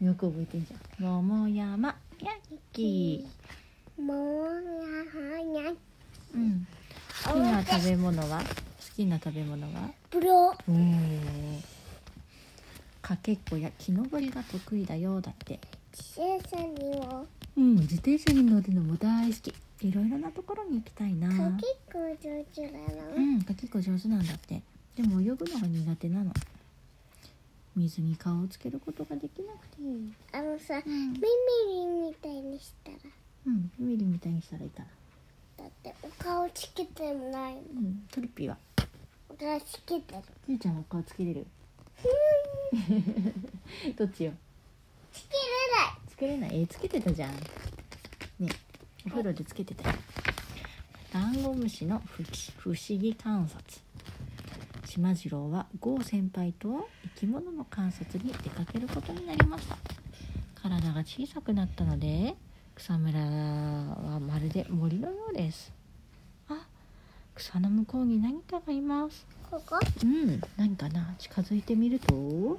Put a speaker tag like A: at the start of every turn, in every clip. A: よく覚えてんじゃん桃山やっき
B: もうやはや
A: うん好きな食べ物は好きな食べ物は
B: プロ
A: おーかけっこや木登りが得意だよだって
B: 先生にも
A: うん自転車に乗るのも大好きいろいろなところに行きたいな
B: かきっこ上手な
A: う
B: の
A: んかきっこ上手なんだってでも泳ぐのが苦手なの水に顔をつけることができなくて
B: あのさミ
A: ん
B: ミリンみたいにしたら
A: うんフミリみたいにしたらいいかな
B: だってお顔つけてもないの
A: うんトリッピーは
B: お顔つけてる
A: ゆうちゃんお顔つけれる どっちよ
B: つけれない
A: つけれないえーつけてたじゃんねお風呂でつけてたよダンゴムシの不思不思議観察島次郎は郷先輩と生き物の観察に出かけることになりました体が小さくなったので草むらはまるで森のようですあ草の向こうに何かがいます
B: ここ
A: うん、何かな近づいてみると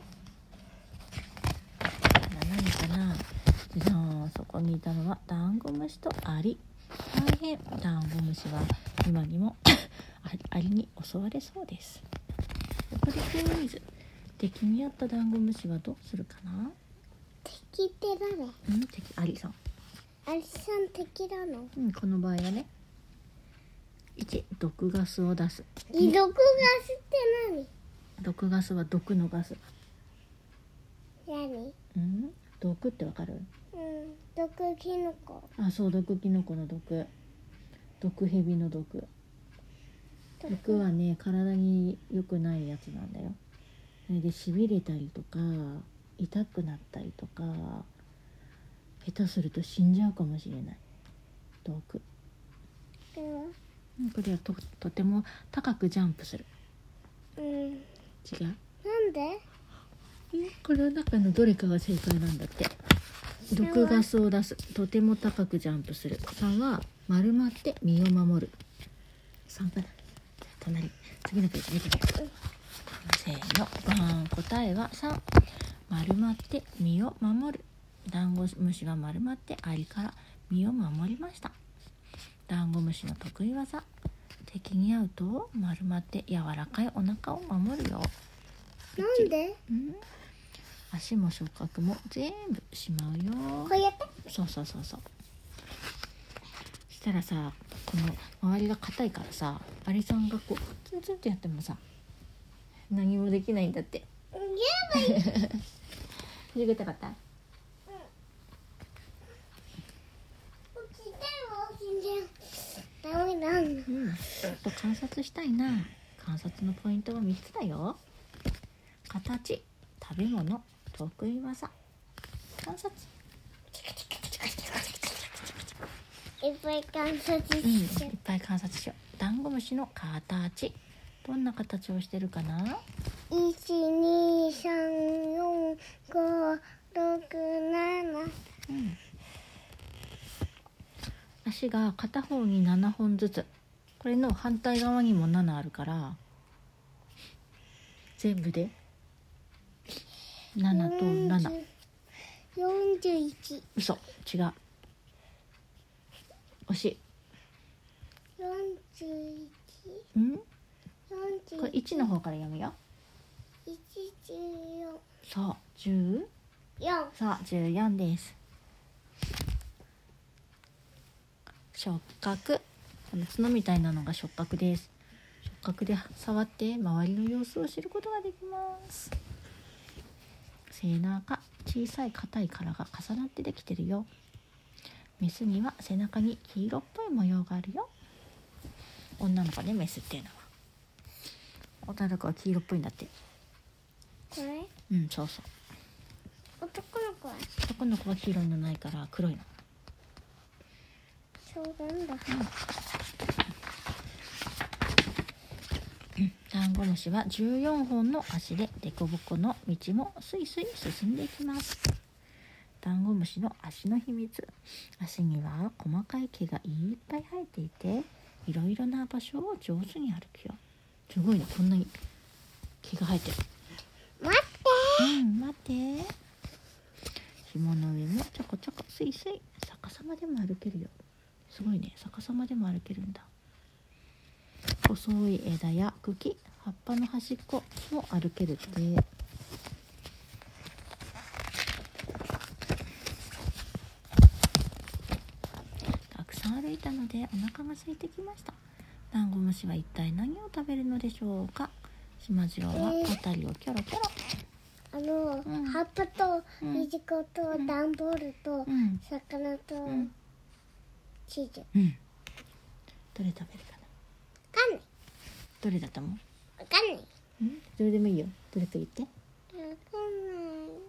A: 何かなじゃあそこにいたのはダンゴムシとアリ大変ダンゴムシは今にも アリアリに襲われそうですここでクイズ敵にあったダンゴムシはどうするかな
B: 敵ってだね
A: うん敵アリさん、
B: アリさん敵なの
A: うん、この場合はね1毒ガスを出す
B: 毒ガスって
A: 毒ガスは毒のガス
B: 何何
A: うん毒ってわかる
B: うん毒キノコ
A: あそう毒キノコの毒毒蛇の毒毒はね体に良くないやつなんだよそれでしびれたりとか痛くなったりとか下手すると死んじゃうかもしれない毒
B: うん
A: うんこれはととても高くジャンプする
B: うん
A: 違う
B: なんで
A: えこの中のどれかが正解なんだって毒ガスを出すとても高くジャンプする3は丸まって身を守る3かなじゃあ隣次のページ見てみようせーのバーン答えは3丸まって身を守るダンゴムシは丸まってアリから身を守りましたダンゴムシの得意技敵に遭うと丸まって柔らかいお腹を守るよ
B: なんで
A: うん足も触覚も全部しまうよ
B: こうやって
A: そうそうそうそうそしたらさこの周りが硬いからさアリさんがこうツンツンってやってもさ何もできないんだって
B: ゲームいい
A: 逃げたかった
B: 起きても起きてもダメなんだ
A: うんちょっと観察したいな観察のポイントは3つだよ形食べ物得意技観察
B: いっぱい観察
A: うん、いっ
B: して
A: ぱい観察しようダンゴムシの形どんな形をしてるかな
B: 一二三四五六七
A: 足が片方に7本ずつこれの反対側にも7あるから全部で7と7
B: 四十一
A: 嘘違う惜し
B: 四十一
A: いんこ
B: 四十
A: れ1の方から読むよ
B: 一十四
A: そう10
B: 四
A: そう14です触覚この角みたいなのが触覚です触覚で触って周りの様子を知ることができます背中小さい硬い殻が重なってできてるよメスには背中に黄色っぽい模様があるよ女の子ねメスっていうのは女の子は黄色っぽいんだって
B: これ
A: うんそうそう
B: 男の子は
A: 男の子は黄色いのないから黒いの
B: そうなんだ
A: ダンゴムシは14本の足でデコボコの道もスイスイ進んでいきますダンゴムシの足の秘密足には細かい毛がいっぱい生えていていろいろな場所を上手に歩くよすごいねこんなに毛が生えてる
B: 待って
A: うん待ってすいすい逆さまでも歩けるよすごいね逆さまでも歩けるんだ細い枝や茎葉っぱの端っこも歩けるってたくさん歩いたのでお腹が空いてきましたダンゴムシは一体何を食べるのでしょうか島次郎は辺りをキョロキョロ
B: あの、
A: うん
B: 葉っぱと
A: うん
B: いちごと段ボールと
A: うん
B: 魚と
A: ん
B: チーズ。
A: うんどれ食べるかな
B: わかんない。
A: どれだと思
B: わかんない。
A: ううんどれでもいいよどれと言って
B: わかんない。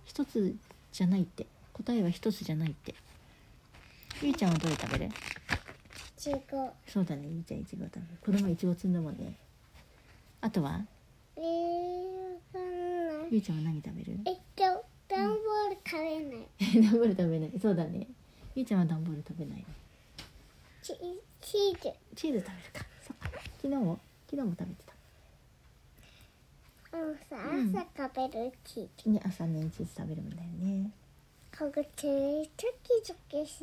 A: 一つじゃないって答えは一つじゃないってゆいちゃんはどれ食べる
B: いちご。
A: そうだねゆいちゃんいちご食べるこの前いちご摘んだもんねあとは
B: えー、わかんない。
A: ゆいちゃんは何食べる
B: えっと、段ボール食べ ない。
A: ダンボール食べないそうだねゆいちゃんはダンボール食べないね
B: チチーズ。
A: チーズ食べるかそう昨日も昨日も食べて
B: あのさ、
A: うん
B: 朝食べるチーズ。
A: たね朝ねチーズ食べるんだよね
B: ここちょいチョキチョキし,、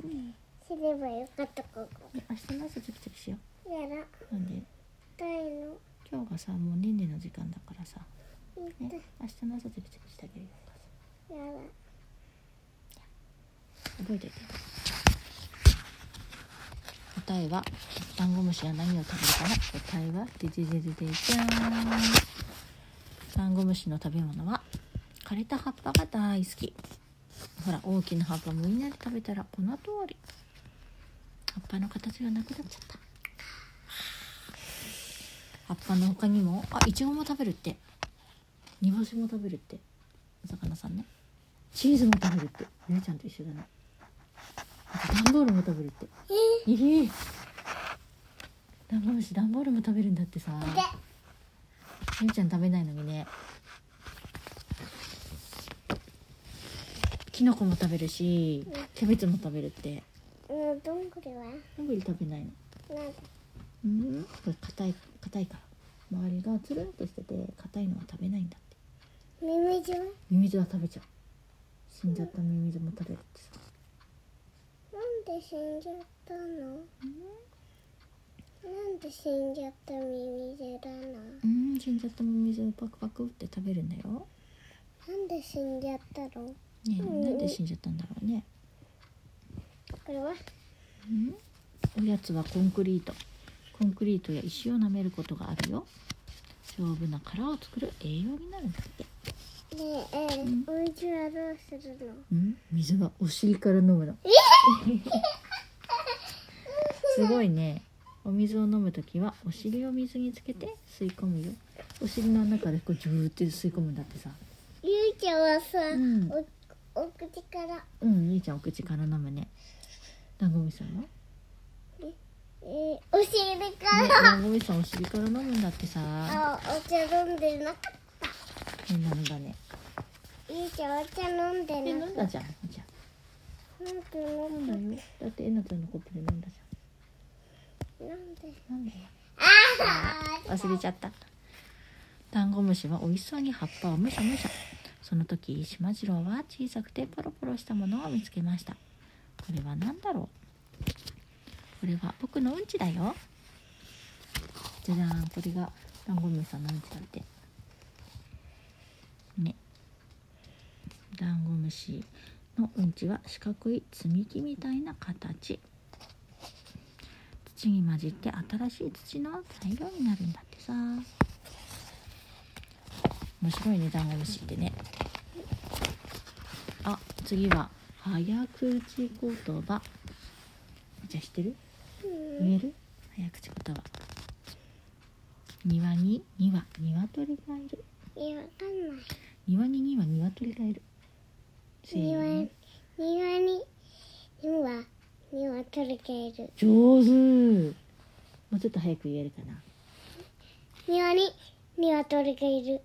B: すればよかったここ。
A: ね明日の朝チョキチョキしよ
B: やら
A: うなんで
B: たいの。
A: 今日がさもうねんねの時間だからさ、
B: 痛
A: ね、明日の朝チョキチョキしてあげるよ
B: いやら。
A: 覚えておいて答えはダンゴムシは何を食べるかな答えはでででででじゃーんダンゴムシの食べ物は枯れた葉っぱが大好きほら大きな葉っぱもみんなで食べたらこの通り葉っぱの形がなくなっちゃった葉っぱの他にもあいちごも食べるって煮干しも食べるってお魚さんねチーズも食べるってゆうちゃんと一緒だねあと段ボールも食べるって
B: え
A: ええダンゴムシダンボールも食べるんだってさ
B: で、
A: ゆうちゃん食べないのにねキノコも食べるしキャベツも食べるって
B: うん、どんぐりは
A: どんぐり食べないの
B: なんだ
A: うんこれ硬い硬いから周りがつるんとしてて硬いのは食べないんだって
B: ミミズは
A: ミミズは食べちゃう死んじゃったミミズも食べるってさ
B: なんで死んじゃったのなんで死んじゃったミミズだな
A: うん死んじゃったミミズをパクパクって食べるんだよ
B: なんで死んじゃったの
A: ねえ
B: うん
A: なんで死んじゃったんだろうね
B: これは
A: おやつはコンクリートコンクリートや石を舐めることがあるよ丈夫な殻を作る栄養になるんだって
B: ねえ、え
A: ん
B: お家はどうするの
A: うん水はお尻から飲むの すごいねお水を飲むときはお尻を水につけて吸い込むよお尻の中でこうジューって吸い込むんだってさ
B: ゆうちゃんはさ、
A: うん
B: おお口から
A: うん兄ちゃんお口から飲むねなごみさんは
B: えーお尻
A: ね
B: から、
A: なごみさんお尻から飲むんだってさ
B: あお茶飲んでなかっ
A: 変なのだね
B: たゆうちゃんお茶飲んで
A: え飲
B: なかっ
A: んだじゃんじゃん
B: たなんで飲んだ
A: だよだってえなちゃんのコップで飲んだじ
B: なんで
A: ゃんなんだよ
B: あー
A: 忘れちゃったダンゴムシは美味しそうに葉っぱをむしゃむしゃその時しまじろうは小さくてポロポロしたものを見つけましたこれは何だろうこれは僕のうんちだよじゃじゃーんこれがダンゴムシさんのうんちだってねダンゴムシのうんちは四角い積み木みたいな形土に混じって新しい土の材料になるんだってさ面白いねダンゴムシってねあ次は早口言葉じゃあ知ってる
B: うん
A: 言える早口言葉庭に2羽鶏がいる
B: いやわかんない
A: 庭に2羽鶏がいるせー
B: 庭
A: の
B: に庭ににはには鳥がいる
A: 上手もうちょっと早く言えるかな
B: 庭にには鳥がいる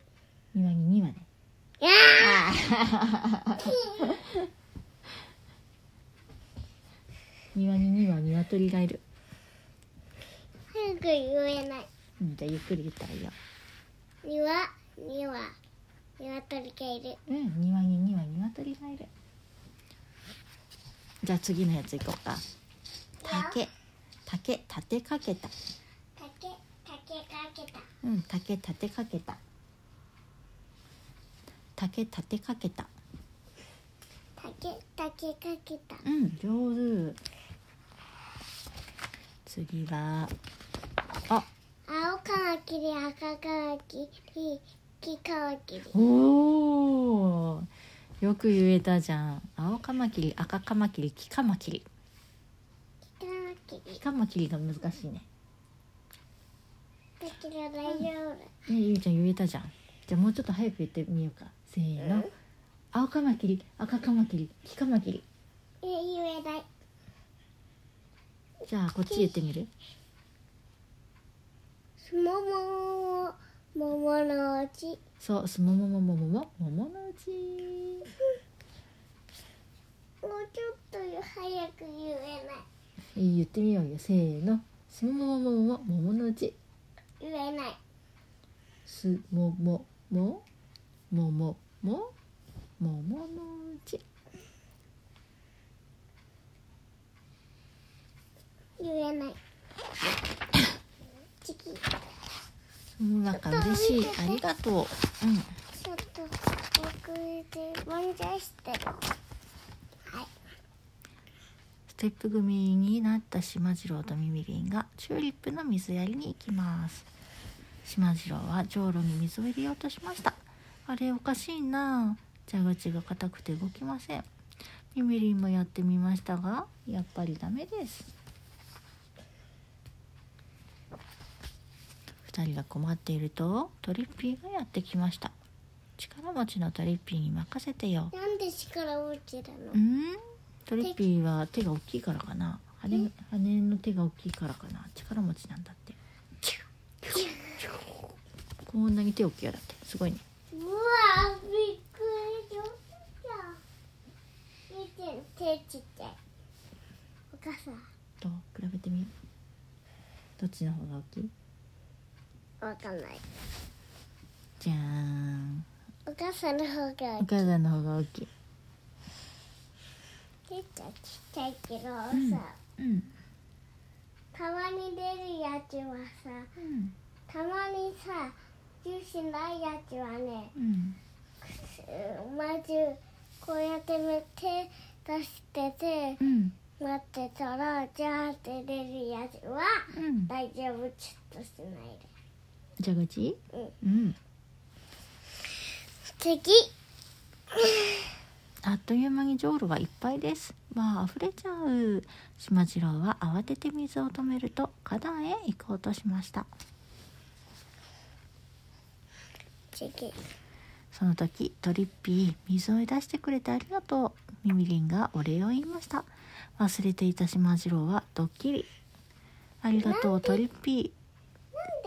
A: 庭に2羽ね
B: いや
A: 庭に2羽鶏がいる
B: 早く言えない
A: うん、じゃあゆっくり言ったらいいよ。
B: 庭にはには鳥がいる
A: うん、庭に2羽鶏がいる。じゃあ次のやついこうか竹竹立てかけた
B: かけかけかけた
A: うん竹立てかけた竹立てかけた
B: かけかけかけた
A: うん上手次はあ
B: 青カワキリ赤カワキリ黄カワキリ
A: おーよく言えたじゃん青カマキリ赤カマキリ黄カマキリ
B: 黄カワキリ
A: 黄カマキリが難しいね
B: だけど大丈夫
A: ねゆいちゃん言えたじゃんじゃあもうちょっと早く言ってみようかせーの青カマキリ赤カマキリ黄カマキリ
B: え言えない
A: じゃあこっち言ってみる
B: ももももものうち
A: そうすもももももももものうち
B: もうちょっと早く言えない
A: 言ってみようよせーのすももももももものうち
B: 言えない
A: すもももももももものうち
B: 言えないチキ
A: うんなんか嬉しいありがとううん
B: ちょっと僕でもんじゃしてるはい
A: ステップ組になった島次郎とミミリンがチューリップの水やりに行きます島次郎はじょうろに水を入れようとしましたあれおかしいなあ蛇口が硬くて動きませんミミリンもやってみましたがやっぱりダメです二人が困っているとトリッピーがやってきました力持ちのトリッピーに任せてよ
B: なんで力落ちるの
A: うんトリッピーは手が大きいからかな羽羽の手が大きいからかな力持ちなんだってこんなに手大きいよだってすごいね
B: うわびっくりし見て手ちっちゃいお母さん
A: と比べてみようどっちの方が大きい
B: わかんない
A: じゃーん
B: お母さんの方が
A: お母さんの方が大きい
B: ちっちゃいちっちゃいけどさ、
A: んうん
B: 川に出るやつは
A: う
B: さ
A: ん
B: たまにさジューしないやつはね
A: うん
B: うんまずこうやってね手出してて
A: うん
B: 待ってたらジャーって出るやつは
A: うん
B: 大丈夫ちょっとしないで
A: 蛇口
B: う
A: う
B: ん
A: ん
B: 次
A: あっという間にジョウロはいっぱいです。まあ溢れちゃう。島次郎は慌てて水を止めると花壇へ行こうとしました。
B: 次
A: その時トリッピー水を出してくれてありがとう。ミミリンがお礼を言いました。忘れていた島次郎はドッキリ。ありがとうトリッピ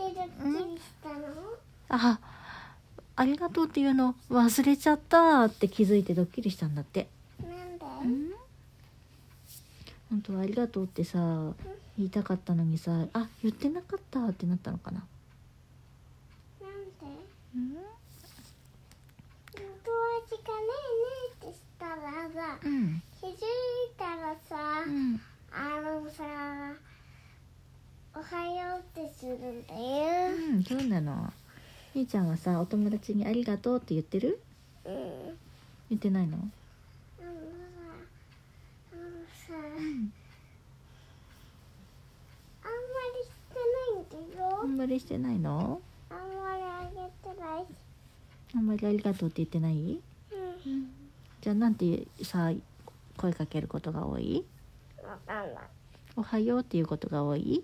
A: ー。
B: なんでドッキリしたの、
A: あ、ありがとうっていうの忘れちゃったって気づいてドッキリしたんだって。
B: なんで、
A: 本当はありがとうってさ言いたかったのにさあ言ってなかったってなったのかな
B: なんで
A: うん
B: 友達がねえねえってしたらさ
A: うん
B: 気づいたらさ、
A: うん
B: あのさおはようってするんだよ、
A: そうなの兄ちゃんはさお友達に「ありがとう」って言ってる
B: うん
A: 言ってないの
B: あのさ、あ
A: ん
B: のさ、あんまりしてないんだよ。
A: あんまりしてないの
B: あんまりあげてないし。
A: あんまり「ありがとう」って言ってない
B: うん。
A: じゃあなんてさ声かけることが多い
B: わかんない。
A: 「おはよう」っていうことが多い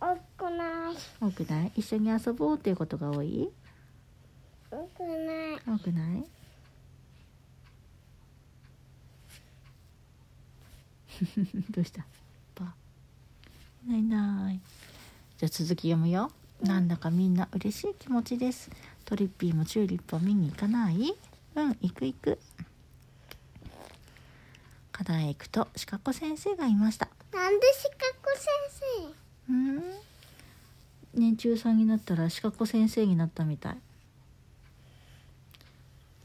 B: 多くない。
A: 多くない一緒に遊ぼうっていうことが多い
B: 多くない。
A: 多くない どうしたパいないいないじゃあ続き読むよ、なんだかみんな嬉しい気持ちですトリッピーもチューリップを見に行かないうん行く行く課題へ行くとシカ子先生がいました
B: なんで四角先
A: うん年中さんになったらシカ子先生になったみたい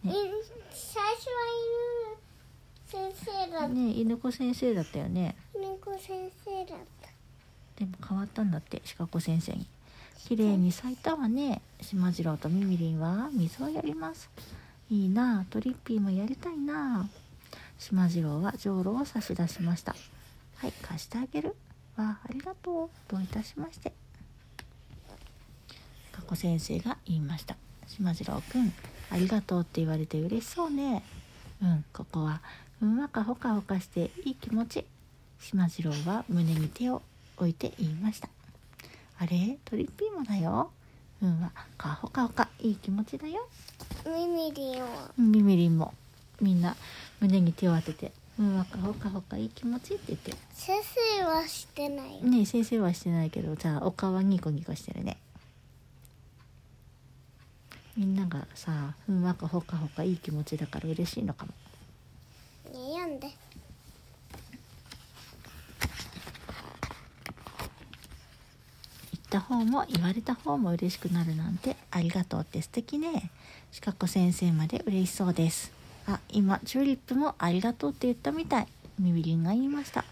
B: 生。い最初は犬。先生だった
A: ねえ犬子先生だったよね
B: 猫先生だっ
A: でも変わったんだって鹿子先生に綺麗に咲いたわね島次郎とみみりんは水をやりますいいなあトリッピーもやりたいなあ島次郎はじょうろを差し出しましたはい貸してあげるわあありがとうどういたしましてかこ先生が言いました島次郎くんありがとうって言われて嬉しそうねうんここはふんわかほかほかしていい気持ち島次郎は胸に手を置いて言いましたあれトリッピーもだようんわかほかほかいい気持ちだよ
B: たミミリンは
A: みみりんもみんな胸に手を当ててうんわかほかほかいい気持ちって言って
B: 先生はしてないよ
A: ねえ先生はしてないけどじゃあお顔はニコニコしてるねみんながさふんわかほかほかいい気持ちだから嬉しいのかも
B: ね読んで
A: 言った方も言われた方も嬉しくなるなんてありがとうって素敵ねしかこ先生まで嬉しそうですあ今チューリップもありがとうって言ったみたいみみりんが言いました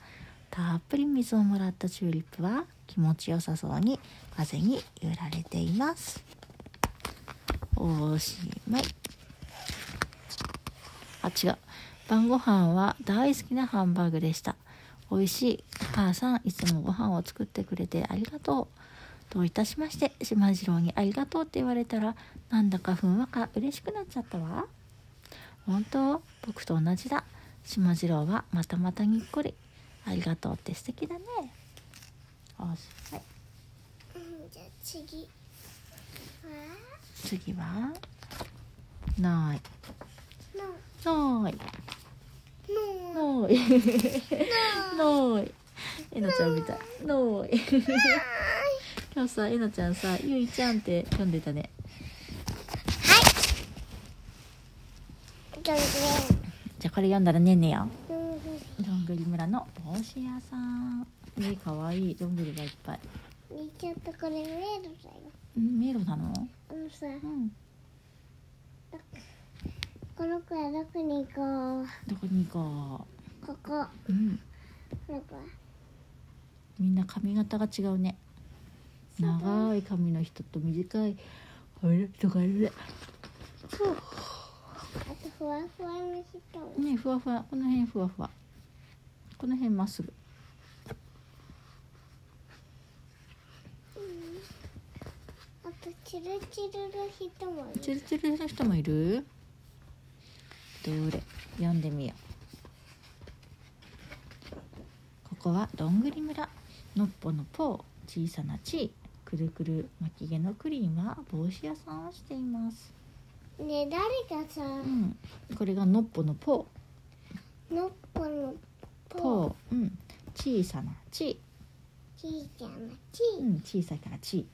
A: たっぷり水をもらったチューリップは気持ちよさそうに風に揺られていますおしまいあ違う晩ご飯は大好きなハンバーグでした美味しい母さんいつもご飯を作ってくれてありがとうどういたしまして島次郎にありがとうって言われたらなんだかふんわか嬉しくなっちゃったわ本当僕と同じだ島次郎はまたまたにっこりありがとうって素敵だねおしまい
B: うんじゃあ次は
A: 次はない
B: の
A: ないな
B: の
A: いないえなちゃんみたいない今日さえなちゃんさ「ゆいちゃん」って読んでたね
B: どん
A: じゃあこれ読んだらねんねよ
B: ぐり
A: どんぐり村の帽子屋さんえかわいいどんぐりがいっぱい
B: どんぐりちょっとこれ見えるだよ
A: ん迷路なの
B: あのさ
A: うん
B: この子はどこに行こう
A: どこに行こ
B: ここ
A: ううん
B: この子は
A: みんな髪型が違うね長い髪の人と短い髪の人がいるね
B: あとふわふわの人
A: ねふわふわこの辺ふわふわこの辺まっすぐ
B: あとチルチルの人もい
A: チ
B: る
A: ルチルの人もいるどれ読んでみようここはどんぐり村のっぽのぽ小さなちくるくる巻き毛のクリーンは帽子屋さんをしています
B: ねえ誰がさ
A: うんこれがのっぽのぽ
B: のっぽのぽ
A: ぽうん小さなち
B: ちいちゃなち
A: うん小さいからち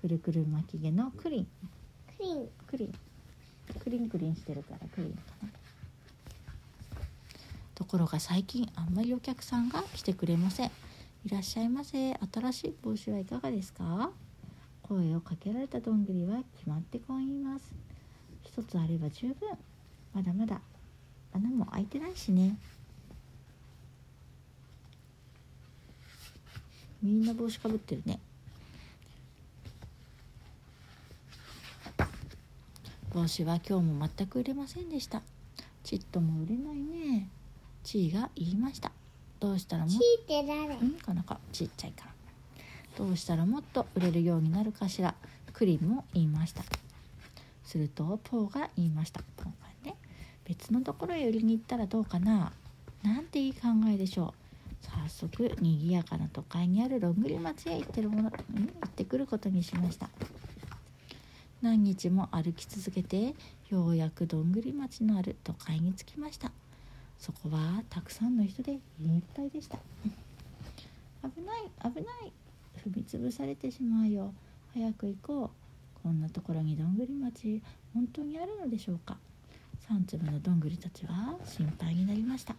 A: くるくる巻き毛のクリーン
B: クリン
A: クリンクリンクリンしてるからクリンかなところが最近あんまりお客さんが来てくれませんいらっしゃいませ新しい帽子はいかがですか声をかけられたどんぐりは決まってこう言います一つあれば十分まだまだ穴も開いてないしねみんな帽子かぶってるね帽子は今日も全く売れませんでしたちっとも売れないねちいが言いましたどうしたらもっ
B: ち
A: と
B: いって誰
A: うんこの子ちっちゃいからどうしたらもっと売れるようになるかしらクリンも言いましたするとポーが言いましたポーがね別のところへ売りに行ったらどうかななんていい考えでしょう早速にぎやかな都会にあるロングリ町へ行ってるものん行ってくることにしました何日も歩き続けてようやくどんぐり町のある都会に着きましたそこはたくさんの人でいっぱいでした危ない危ない踏みつぶされてしまうよ早く行こうこんなところにどんぐり町本当にあるのでしょうか三粒のどんぐりたちは心配になりました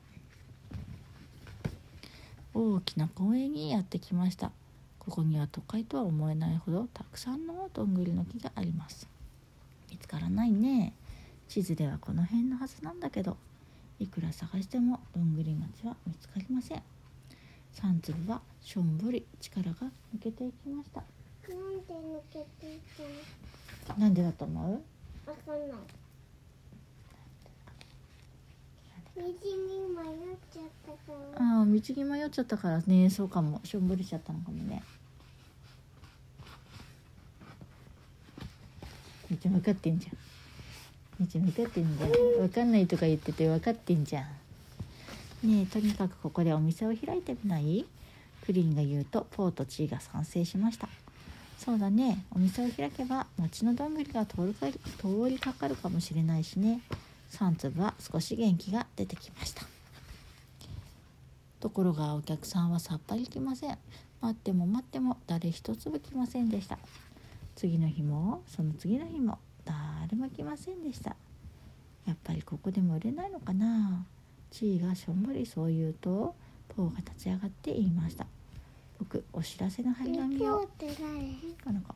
A: 大きな公園にやってきましたここには都会とは思えないほどたくさんのどんぐりの木があります見つからないね地図ではこの辺のはずなんだけどいくら探してもどんぐり町は見つかりません三粒はしょんぼり力が抜けていきました
B: なんで抜けていく
A: なんでだと思う
B: のわかんない道に迷っちゃったから
A: ああ道に迷っちゃったからねそうかもしょんぼりしちゃったのかもね道分かってんじゃん道分かってんじゃん分かんないとか言ってて分かってんじゃんねえとにかくここでお店を開いてみないクリーンが言うとポーとチーが賛成しましたそうだねお店を開けば町のどんぐりが通るか通りかかるかもしれないしね3粒は少し元気が出てきましたところがお客さんはさっぱり来ません待っても待っても誰一粒来ませんでした次の日もその次の日も誰も来ませんでしたやっぱりここでも売れないのかな地位がしょんぼりそう言うとポーが立ち上がって言いました僕お知らせの張り紙
B: 今
A: を
B: 日って誰
A: かなか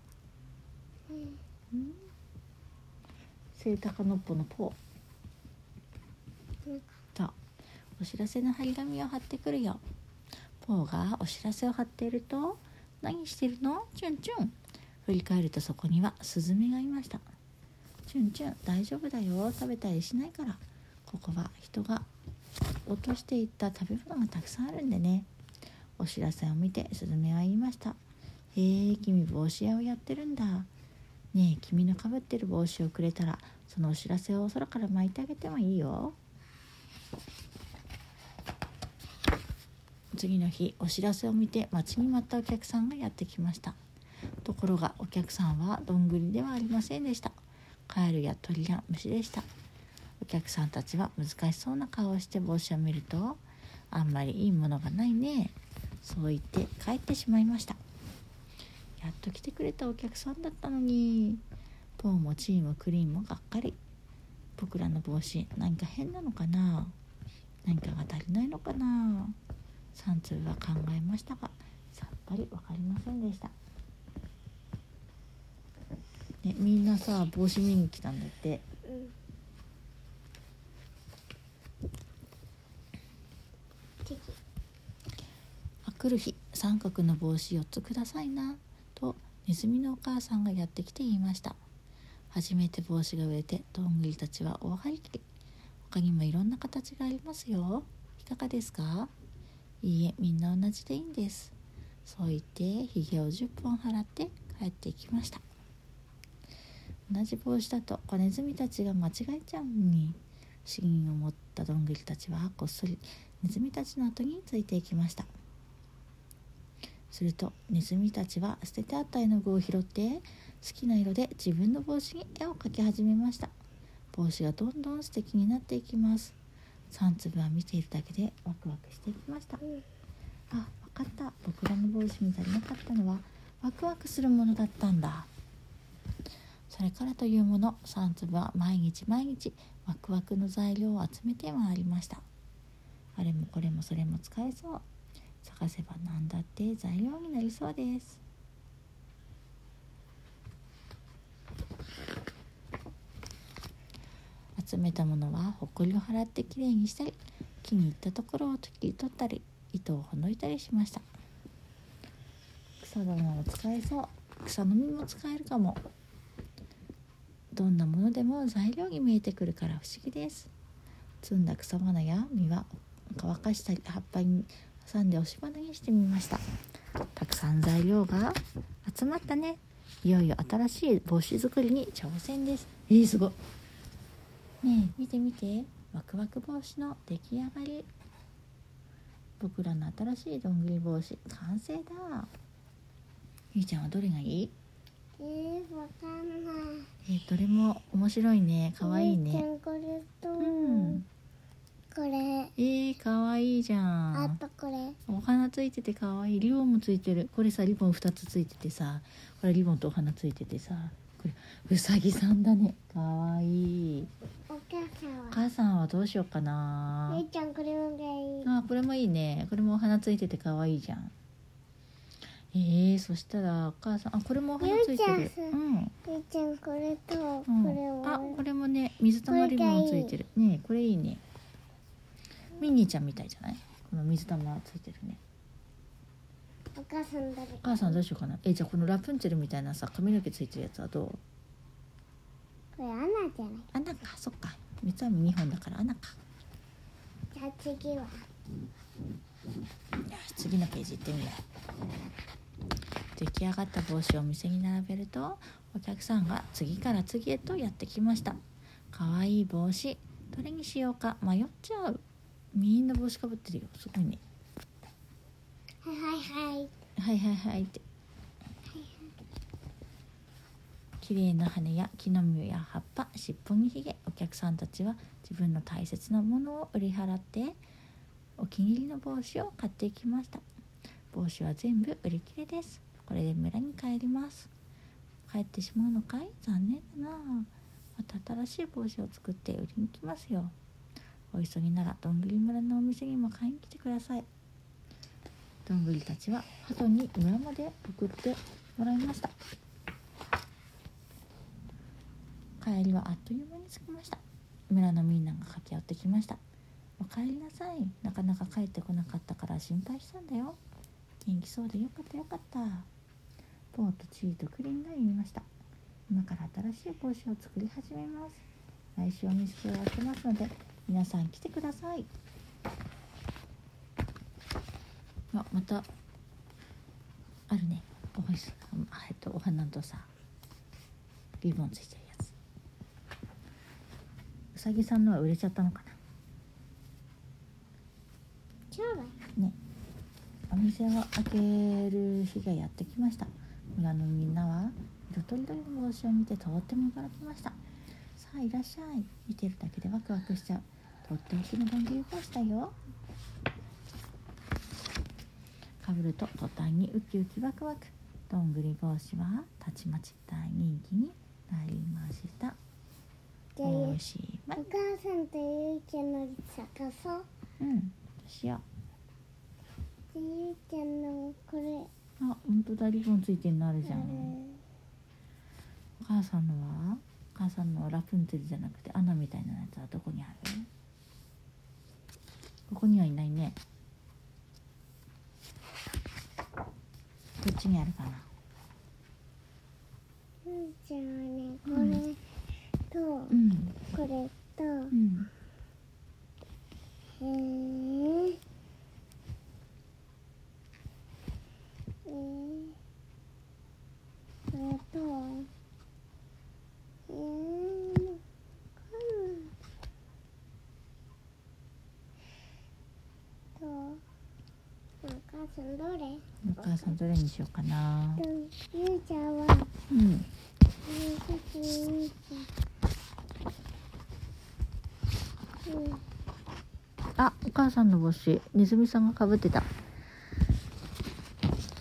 B: うん
A: セイタカノッポのポーとお知らせの張り紙を貼ってくるよポーがお知らせを貼っていると「何してるのチュンチュン」振り返るとそこにはスズメがいました「チュンチュン大丈夫だよ食べたりしないからここは人が落としていった食べ物がたくさんあるんでね」お知らせを見てスズメは言いました「へえ君帽子屋をやってるんだ」ねえ君のかぶってる帽子をくれたらそのお知らせを空から巻いてあげてもいいよ次の日お知らせを見て待ちに待ったお客さんがやってきましたところがお客さんはどんぐりではありませんでしたカエルや鳥や虫でしたお客さんたちは難しそうな顔をして帽子を見るとあんまりいいものがないねそう言って帰ってしまいましたやっと来てくれたお客さんだったのにポーもチーもクリーンもがっかり僕らの帽子何か変なのかな何かが足りないのかな三粒は考えましたがさっぱりわかりませんでした、ね、みんなさ帽子見に来たんだって
B: うん敵
A: あ来る日三角の帽子4つくださいな」とネズミのお母さんがやってきて言いました初めて帽子が売れてどんぐりたちは大張り切り他にもいろんな形がありますよいかがですかいいえみんな同じでいいんですそう言ってひげを10本払って帰っていきました同じ帽子だと子ネズミたちが間違えちゃうのに不思議に思ったどんぐりたちはこっそりネズミたちの後についていきましたするとネズミたちは捨ててあった絵の具を拾って好きな色で自分の帽子に絵を描き始めました帽子がどんどん素敵になっていきます3粒は見ているだけでワクワクしていきました
B: うん
A: あ、わかった。僕らの帽子に足りなかったのはワクワクするものだったんだ。それからというもの、三粒は毎日毎日ワクワクの材料を集めて回りました。あれもこれもそれも使えそう。探せば何だって材料になりそうです。集めたものはほこりを払ってきれいにしたり気に入ったところを切り取ったり糸をほどいたりしました草玉も使えそう草の実も使えるかもどんなものでも材料に見えてくるから不思議です摘んだ草花や実は乾かしたり葉っぱに挟んで押し花にしてみましたたくさん材料が集まったねいよいよ新しい帽子作りに挑戦ですえー、すごいねえ見て見てワクワク帽子の出来上がり僕らの新しいどんぐり帽子完成だゆいちゃんはどれがいい
B: えー、わかんない
A: えーどれも面白いねかわいい
B: お姉ちゃ
A: ね
B: んこれと、
A: うん
B: これ
A: えー、かわいいじゃ
B: あ
A: ん
B: とこれ
A: お花ついててかわいいリボンもついてるこれさリボン2つついててさこれリボンとお花ついててさこれうさぎさんだねかわいい
B: お母さん
A: お
B: は
A: 母さんはどうしようかな
B: 姉ちゃんこれもがいい
A: あーこれもいいねこれもお花ついてて可愛いじゃんえー、そしたらお母さんあこれもお花ついて
B: ゆう
A: る
B: ち
A: う
B: ゃんさ
A: ん、
B: 姉ちゃんこれとこ
A: う
B: れ
A: ん、
B: を、
A: あこれもね水たまりもついてるねえこれいいねミニーちゃんみたいじゃないこの水玉ついてるね
B: お母さん誰
A: お母さんどうしようかなえじゃあこのラプンツェルみたいなさ髪の毛ついてるやつはどう
B: これアナじゃない
A: あなんかそっか三つ編み2本だからあなんか
B: じゃあ次は
A: よし次のページ行ってみよう出来上がった帽子を店に並べるとお客さんが次から次へとやってきましたかわいい帽子どれにしようか迷っちゃうみんな帽子かぶってるよすごいね
B: はいはいはい
A: はいはいはいって綺麗な羽や木の実や葉っぱ尻尾にひげお客さんたちは自分の大切なものを売り払ってお気に入りの帽子を買っていきました帽子は全部売り切れですこれで村に帰ります帰ってしまうのかい残念だなまた新しい帽子を作って売りに来ますよお急ぎならどんぐり村のお店にも買いに来てくださいどんぐりたちは鳩に村まで送ってもらいました帰りはあっという間に着きました村のみんなが駆け寄ってきましたお帰りなさいなかなか帰ってこなかったから心配したんだよ元気そうでよかったよかったポーとチーとクリンが言いました今から新しい帽子を作り始めます来週お店を開けますので皆さん来てくださいあまたあるねお星さんあえっとお花とさリボンついてるやつうさぎさんのは売れちゃったのか
B: 今日は
A: なねお店を開ける日がやってきました村のみんなは色とりどりの帽子を見てとっても驚きましたさあいらっしゃい見てるだけでワクワクしちゃうとっておきのどんぶり帽子だよかぶると途端にウキウキワクワクどんぐり帽子はたちまち大人気になりました
B: じゃあ
A: おしまい
B: お母さんとゆうちゃんの探そう
A: うんしよ
B: でゆうちゃんのこれ
A: うあ本当だリボンついてるのあるじゃん、
B: うん
A: お母さんのはお母さんのラプンツェルじゃなくてアナみたいなやつはどこにあるここにはいないねどっちにあるかな
B: ゆうちゃんはねこ
A: う
B: れと、
A: うん
B: これと、
A: うん
B: えーえーこれと、えー、こんと、お母さんどれ
A: お母さんどれにしようかな
B: と、ゆうちゃんは、
A: うん
B: ゆうちゃん、ゆうちゃん。うん
A: あお母さんの帽子ネズミさんがかぶってた
B: お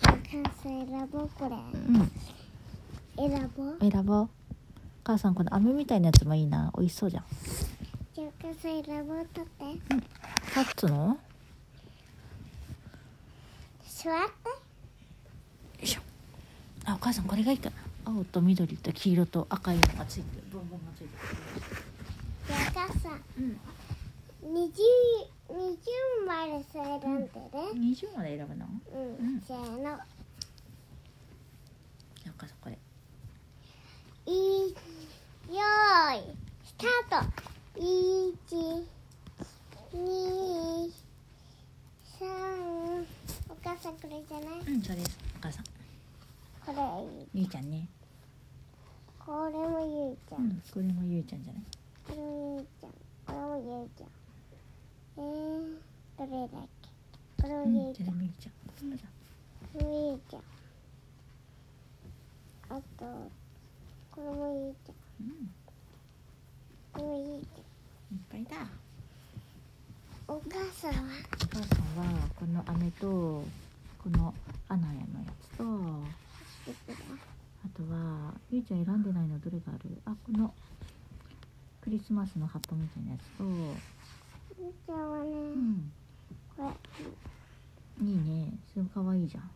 B: 母さん選ぼうこれ
A: うん
B: 選ぼう
A: 選ぼうお母さんこの飴みたいなやつもいいな美味しそうじゃん
B: じゃあお母さん選ぼうとって
A: 立つのよ
B: 座って
A: いしょあお母さんこれがいいかな青と緑と黄色と赤いのがついてるボンボンがついてる
B: じゃあお母さん
A: うん
B: 20 20まで選んでね
A: 20まで選ぶの
B: うん、
A: うん
B: せーの
A: じゃあお母さんこれ
B: いよーいスタート一二三お母さんこれじゃない
A: うんそれですお母さん
B: これ
A: ゆいちゃんね
B: これもゆいちゃん、
A: んこれもゆいちゃんじゃない
B: これもゆいちゃんこれもゆいちゃんえー、どれだっけこれ
A: う
B: もゆい
A: そ
B: ち
A: れ
B: ゃん
A: もゆいちゃんそうだ
B: これもゆいちゃんあとこれもゆいちゃん
A: うん
B: これもゆいち
A: いっぱいだ
B: ゃんお母さんは
A: お母さんはこの飴とこのアナのやつと
B: いくら
A: あとはゆいちゃん選んでないのどれがあるあこのクリスマスの葉っぱみたいなやつとう
B: ゆいちゃんはね、
A: ん
B: これ
A: いいねそれもかわいいじゃん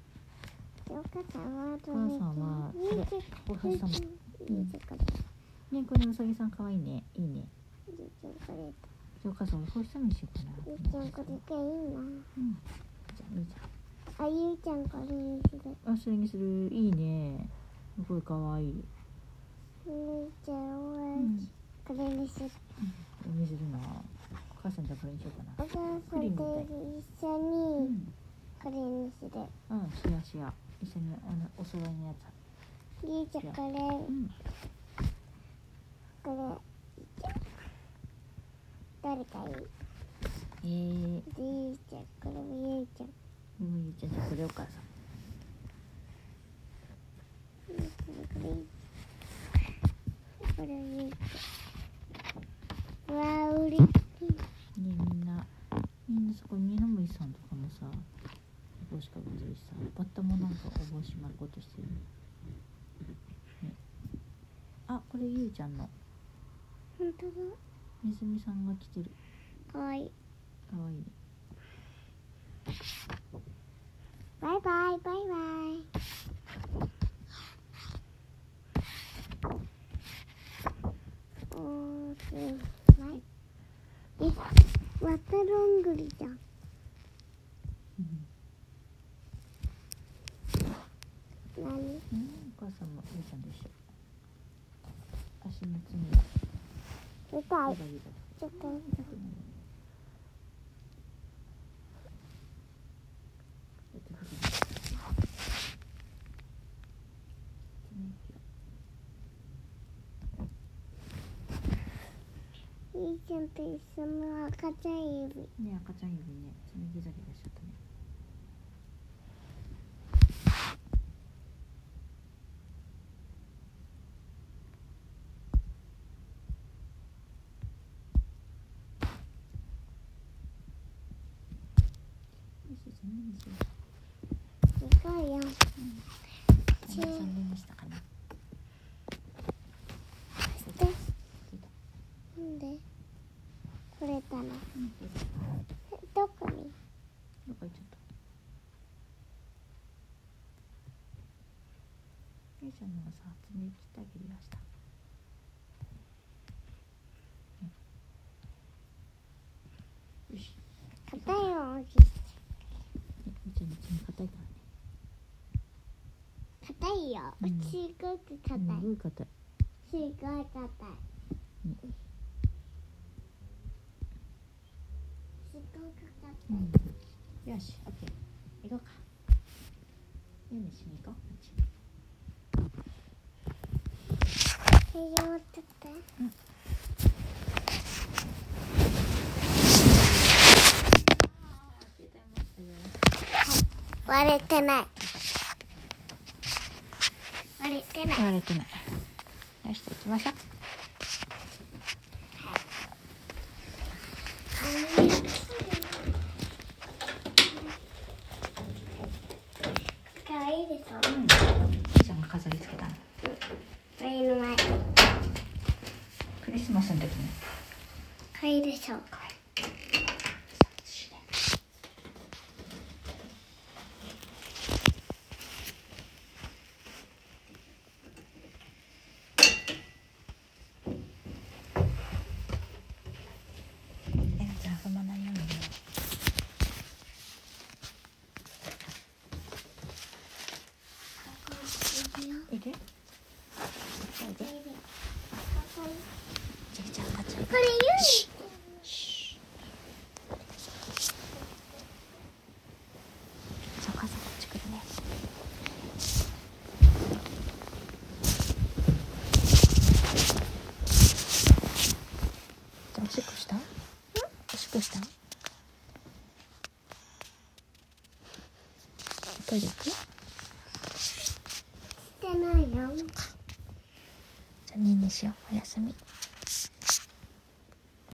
B: お母さんはど
A: お母さんは
B: ゆいちゃん
A: お
B: ゆ
A: 母
B: いち
A: さ
B: ゃ
A: ん
B: ん
A: も
B: ゆいちゃんこれ
A: ねこれうさぎさんかわいいねいいね
B: ゆいちゃんこれ
A: お母さんお星様にしようかな。
B: ゆうちゃんこれがいいな
A: うん。じゃあいいじ
B: あゆうちゃんこれにする
A: ゃん。あそれにするいいね。すごい可愛い。
B: ゆうちゃん
A: う
B: は
A: ん。
B: これにする
A: お水るな。お母さんじゃあこれにしようか
B: お
A: な。
B: 母さんと一緒
A: う
B: に
A: ん。
B: これにする
A: うん。しやしや。一緒にあのお揃いのやつ。
B: ゆうちゃんこれ
A: うん。
B: これどれがいい
A: えー、
B: ゆうちゃんこれもゆうちゃん
A: もうゆうちゃんじゃあこれお母さん。
B: ゆうちゃんこれこれゆうちゃんわあうれしい
A: ねえみんなみんなそこにのむいさんとかもさ帽子かぶってるしさバッタもなんかお帽子巻こうとしてるねねあこれゆうちゃんの
B: 本当
A: ねずみさんが着てる
B: だかわいい
A: かわいいね
B: バイバイバイバイおーすごいえまたロングリじゃん
A: うんお
B: 何
A: 母さんもゆうちゃんでしょ足の爪
B: 見たい
A: ゆらゆら
B: ちょ
A: 痛
B: っと
A: くなるやってみて
B: ゆいちゃんと一緒の赤ちゃん指
A: ね赤ちゃん指ね爪ギザギザしちゃったねよし残念ですよ
B: すごいよち
A: 残念でしたかね
B: でなんでこれたの
A: うんど
B: えどこに
A: っか行っちゃったゆうちゃんのはさ爪切ってあげるよしたよし
B: 硬いよおじ
A: ねゆうちゃんの爪硬いからね
B: 硬いよ
A: うん
B: すごく硬い
A: すごい硬い
B: すごい硬
A: う
B: い
A: ん
B: すごく硬い
A: うん、よし、オッケー。行こうか。ゆうにしに行こう。
B: 手を取って割れてない割れてない
A: 割れてない。よし、行きましょう。
B: かわいいでしょ
A: ゆうちゃんが飾り付けたの。
B: 目の前かわ
A: クリスマスの時ね。
B: いいでしょ
A: えなちゃん遊ばないようにね。いる？じゃあじゃあ赤ちゃん。
B: これユリ
A: じゃあお母さんこっち来るね。おしっこした？おしっこした？トイレ行く？じゃ
B: してないよ
A: あねんねしよう。おやすみ。